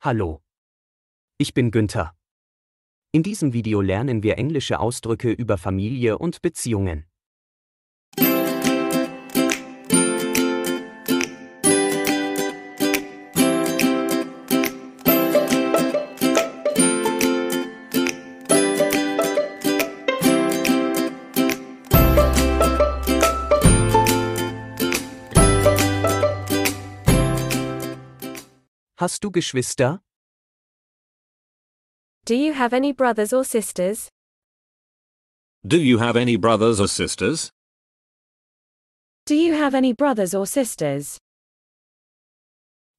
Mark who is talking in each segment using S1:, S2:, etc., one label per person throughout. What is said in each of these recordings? S1: Hallo. Ich bin Günther. In diesem Video lernen wir englische Ausdrücke über Familie und Beziehungen. Hast du Geschwister?
S2: Do you have any brothers or sisters?
S3: Do you have any brothers or sisters?
S2: Do you have any brothers or sisters?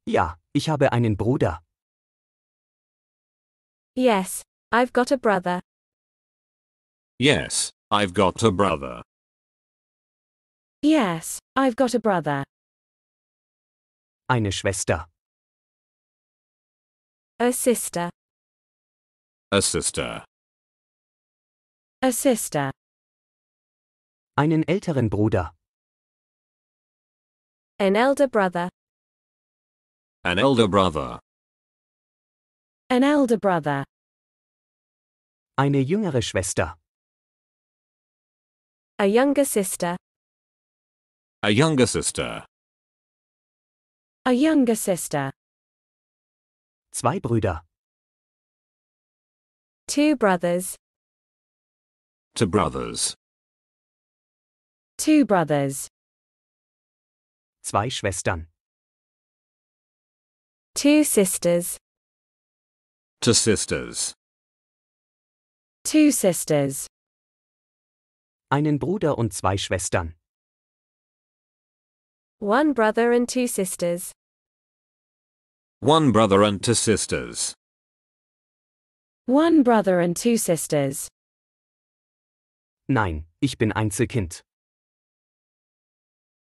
S1: Ja, ich habe einen Bruder.
S2: Yes, I've got a brother.
S3: Yes, I've got a brother.
S2: Yes, I've got a brother.
S1: Eine Schwester.
S2: A sister.
S3: A sister.
S2: A sister.
S1: Einen älteren Bruder.
S2: An elder brother.
S3: An elder brother.
S2: An elder brother.
S1: Eine jüngere Schwester.
S2: A younger sister.
S3: A younger sister.
S2: A younger sister.
S1: Zwei Brüder.
S2: Two brothers.
S3: Two brothers.
S2: Two brothers.
S1: Zwei Schwestern.
S2: Two sisters.
S3: Two sisters.
S2: Two sisters.
S1: Einen Bruder und zwei Schwestern.
S2: One brother and two sisters.
S3: One brother and two sisters.
S2: One brother and two sisters.
S1: Nein, ich bin Einzelkind.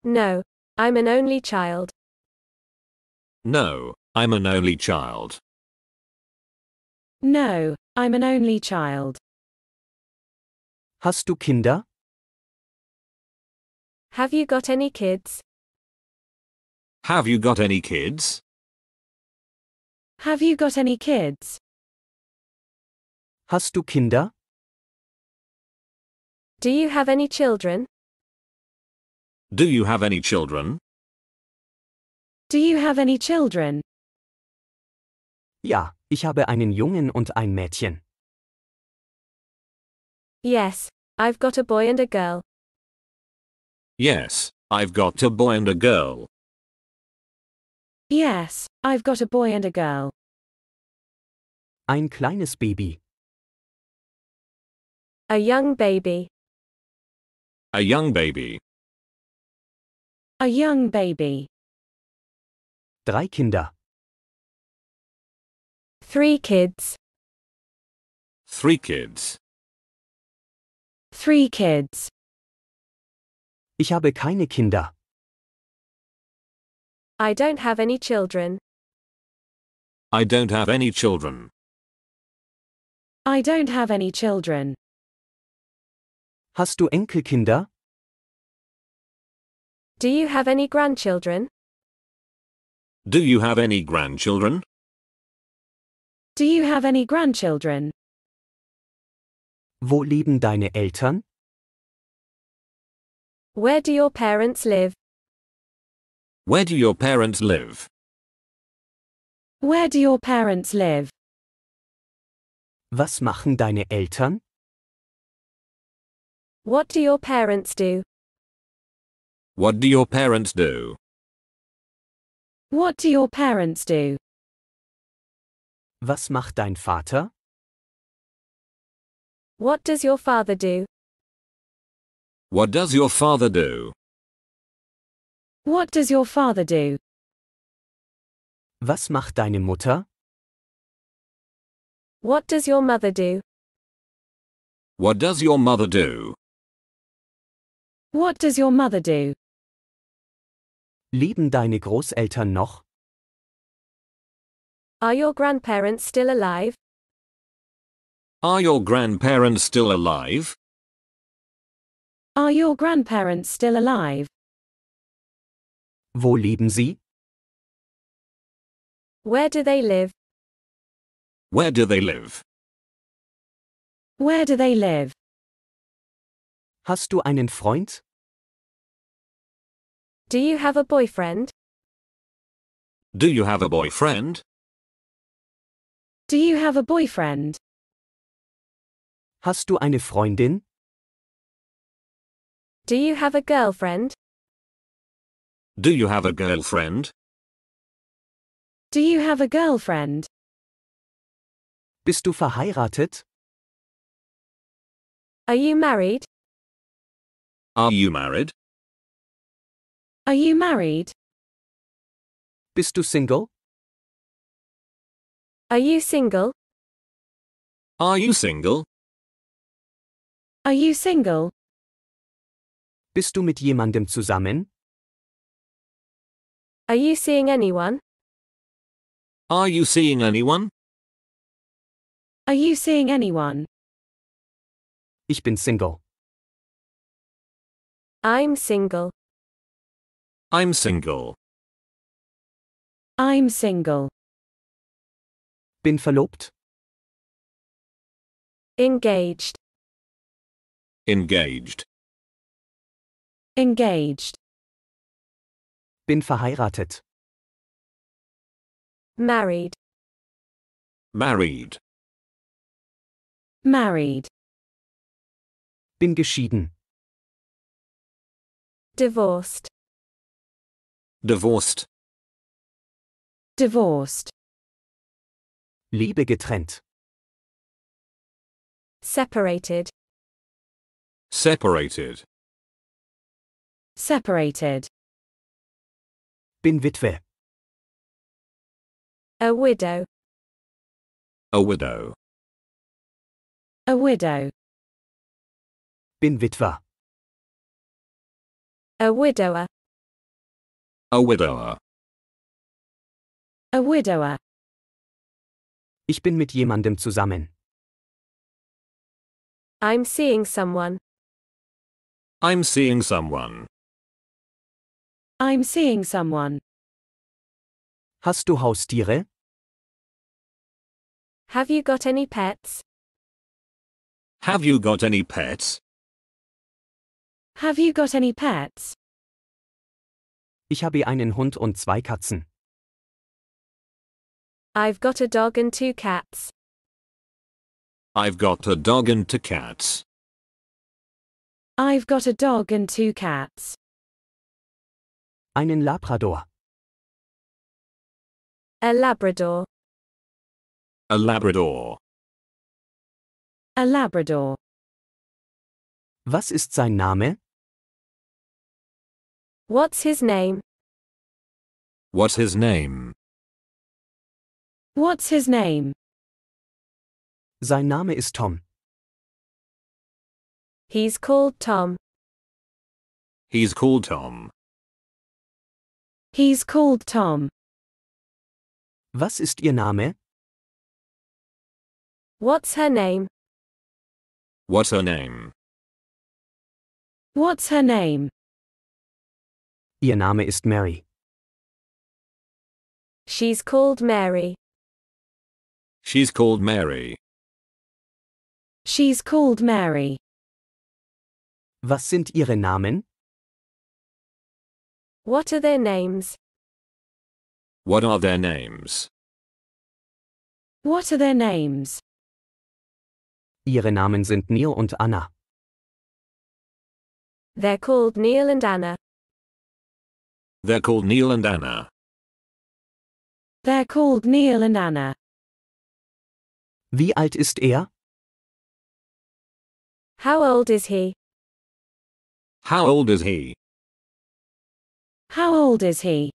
S2: No, I'm an only child.
S3: No, I'm an only child.
S2: No, I'm an only child.
S1: Hast du Kinder?
S2: Have you got any kids?
S3: Have you got any kids?
S2: Have you got any kids?
S1: Hast du Kinder?
S2: Do you have any children?
S3: Do you have any children?
S2: Do you have any children?
S1: Ja, ich habe einen Jungen und ein Mädchen.
S2: Yes, I've got a boy and a girl.
S3: Yes, I've got a boy and a girl.
S2: Yes, I've got a boy and a girl.
S1: Ein kleines Baby.
S2: A young baby.
S3: A young baby.
S2: A young baby.
S1: Drei Kinder.
S2: Three kids.
S3: Three kids.
S2: Three kids.
S1: Ich habe keine Kinder.
S2: I don't have any children.
S3: I don't have any children.
S2: I don't have any children.
S1: Hast du Enkelkinder?
S2: Do you have any grandchildren?
S3: Do you have any grandchildren?
S2: Do you have any grandchildren?
S1: Wo leben deine Eltern?
S2: Where do your parents live?
S3: Where do your parents live?
S2: Where do your parents live?
S1: Was machen deine Eltern?
S2: What do your parents do?
S3: What do your parents do?
S2: What do your parents do?
S1: Was macht dein Vater?
S2: What does your father do?
S3: What does your father do?
S2: What does your father do?
S1: Was macht deine Mutter?
S2: What does your mother do?
S3: What does your mother do?
S2: What does your mother do?
S1: Leben deine Großeltern noch?
S2: Are your grandparents still alive?
S3: Are your grandparents still alive?
S2: Are your grandparents still alive?
S1: Wo leben sie?
S2: Where do they live?
S3: Where do they live?
S2: Where do they live?
S1: Hast du einen Freund?
S2: Do you have a boyfriend?
S3: Do you have a boyfriend?
S2: Do you have a boyfriend?
S1: Hast du eine Freundin?
S2: Do you have a girlfriend?
S3: Do you have a girlfriend?
S2: Do you have a girlfriend?
S1: Bist du verheiratet?
S2: Are you married?
S3: Are you married?
S2: Are you married?
S1: Bist du Single?
S2: Are you single?
S3: Are you single?
S2: Are you single?
S1: Bist du mit jemandem zusammen?
S2: Are you seeing anyone?
S3: Are you seeing anyone?
S2: Are you seeing anyone?
S1: Ich bin Single.
S2: I'm single.
S3: I'm single.
S2: I'm single.
S1: Bin verlobt?
S2: Engaged.
S3: Engaged.
S2: Engaged.
S1: Bin verheiratet.
S2: Married.
S3: Married.
S2: Married.
S1: Bin geschieden.
S2: Divorced.
S3: Divorced.
S2: Divorced.
S1: Lebe getrennt.
S2: Separated.
S3: Separated.
S2: Separated.
S1: Bin Witwe.
S2: A widow.
S3: A widow.
S2: A widow.
S1: Bin Witwer.
S2: A widower.
S3: A widower.
S2: A widower.
S1: Ich bin mit jemandem zusammen.
S2: I'm seeing someone.
S3: I'm seeing someone.
S2: I'm seeing someone.
S1: Hast du Haustiere?
S2: Have you got any pets?
S3: Have you got any pets?
S2: Have you got any pets?
S1: Ich habe einen Hund und zwei Katzen.
S2: I've got a dog and two cats.
S3: I've got a dog and two cats.
S2: I've got a dog and two cats.
S1: Einen Labrador.
S2: A Labrador.
S3: A Labrador.
S2: A Labrador.
S1: Was ist sein Name?
S2: What's his name?
S3: What's his name?
S2: What's his name?
S1: Sein Name ist Tom.
S2: He's called Tom.
S3: He's called Tom.
S2: He's called Tom.
S1: Was ist Ihr Name?
S2: What's her name?
S3: What's her name?
S2: What's her name?
S1: Ihr Name ist Mary.
S2: She's called Mary.
S3: She's called Mary.
S2: She's called Mary.
S1: Was sind Ihre Namen?
S2: What are their names?
S3: What are their names?
S2: What are their names?
S1: Ihre Namen sind Neil und Anna.
S2: They're called Neil and Anna.
S3: They're called Neil and Anna.
S2: They're called Neil and Anna.
S1: Wie alt ist er?
S2: How old is he?
S3: How old is he?
S2: How old is he?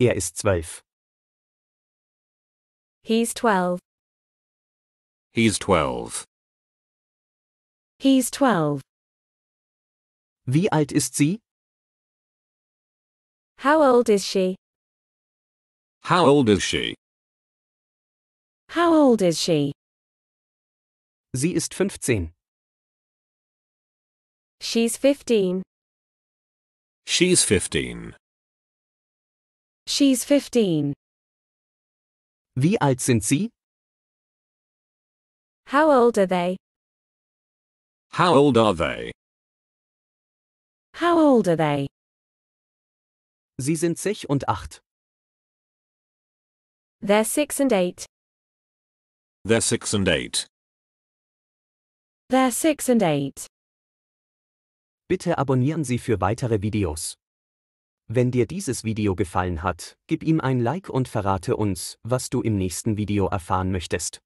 S1: Er ist zwölf.
S2: He's 12.
S3: He's 12.
S2: He's 12.
S1: Wie alt ist sie?
S2: How old is she?
S3: How old is she?
S2: How old is she?
S1: Sie ist 15.
S2: She's 15.
S3: She's 15.
S2: She's 15.
S1: Wie alt sind Sie?
S2: How old are they?
S3: How old are they?
S2: How old are they?
S1: Sie sind sech und acht.
S2: They're 6 and 8.
S3: They're 6 and 8.
S2: They're 6 and 8.
S1: Bitte abonnieren Sie für weitere Videos. Wenn dir dieses Video gefallen hat, gib ihm ein Like und verrate uns, was du im nächsten Video erfahren möchtest.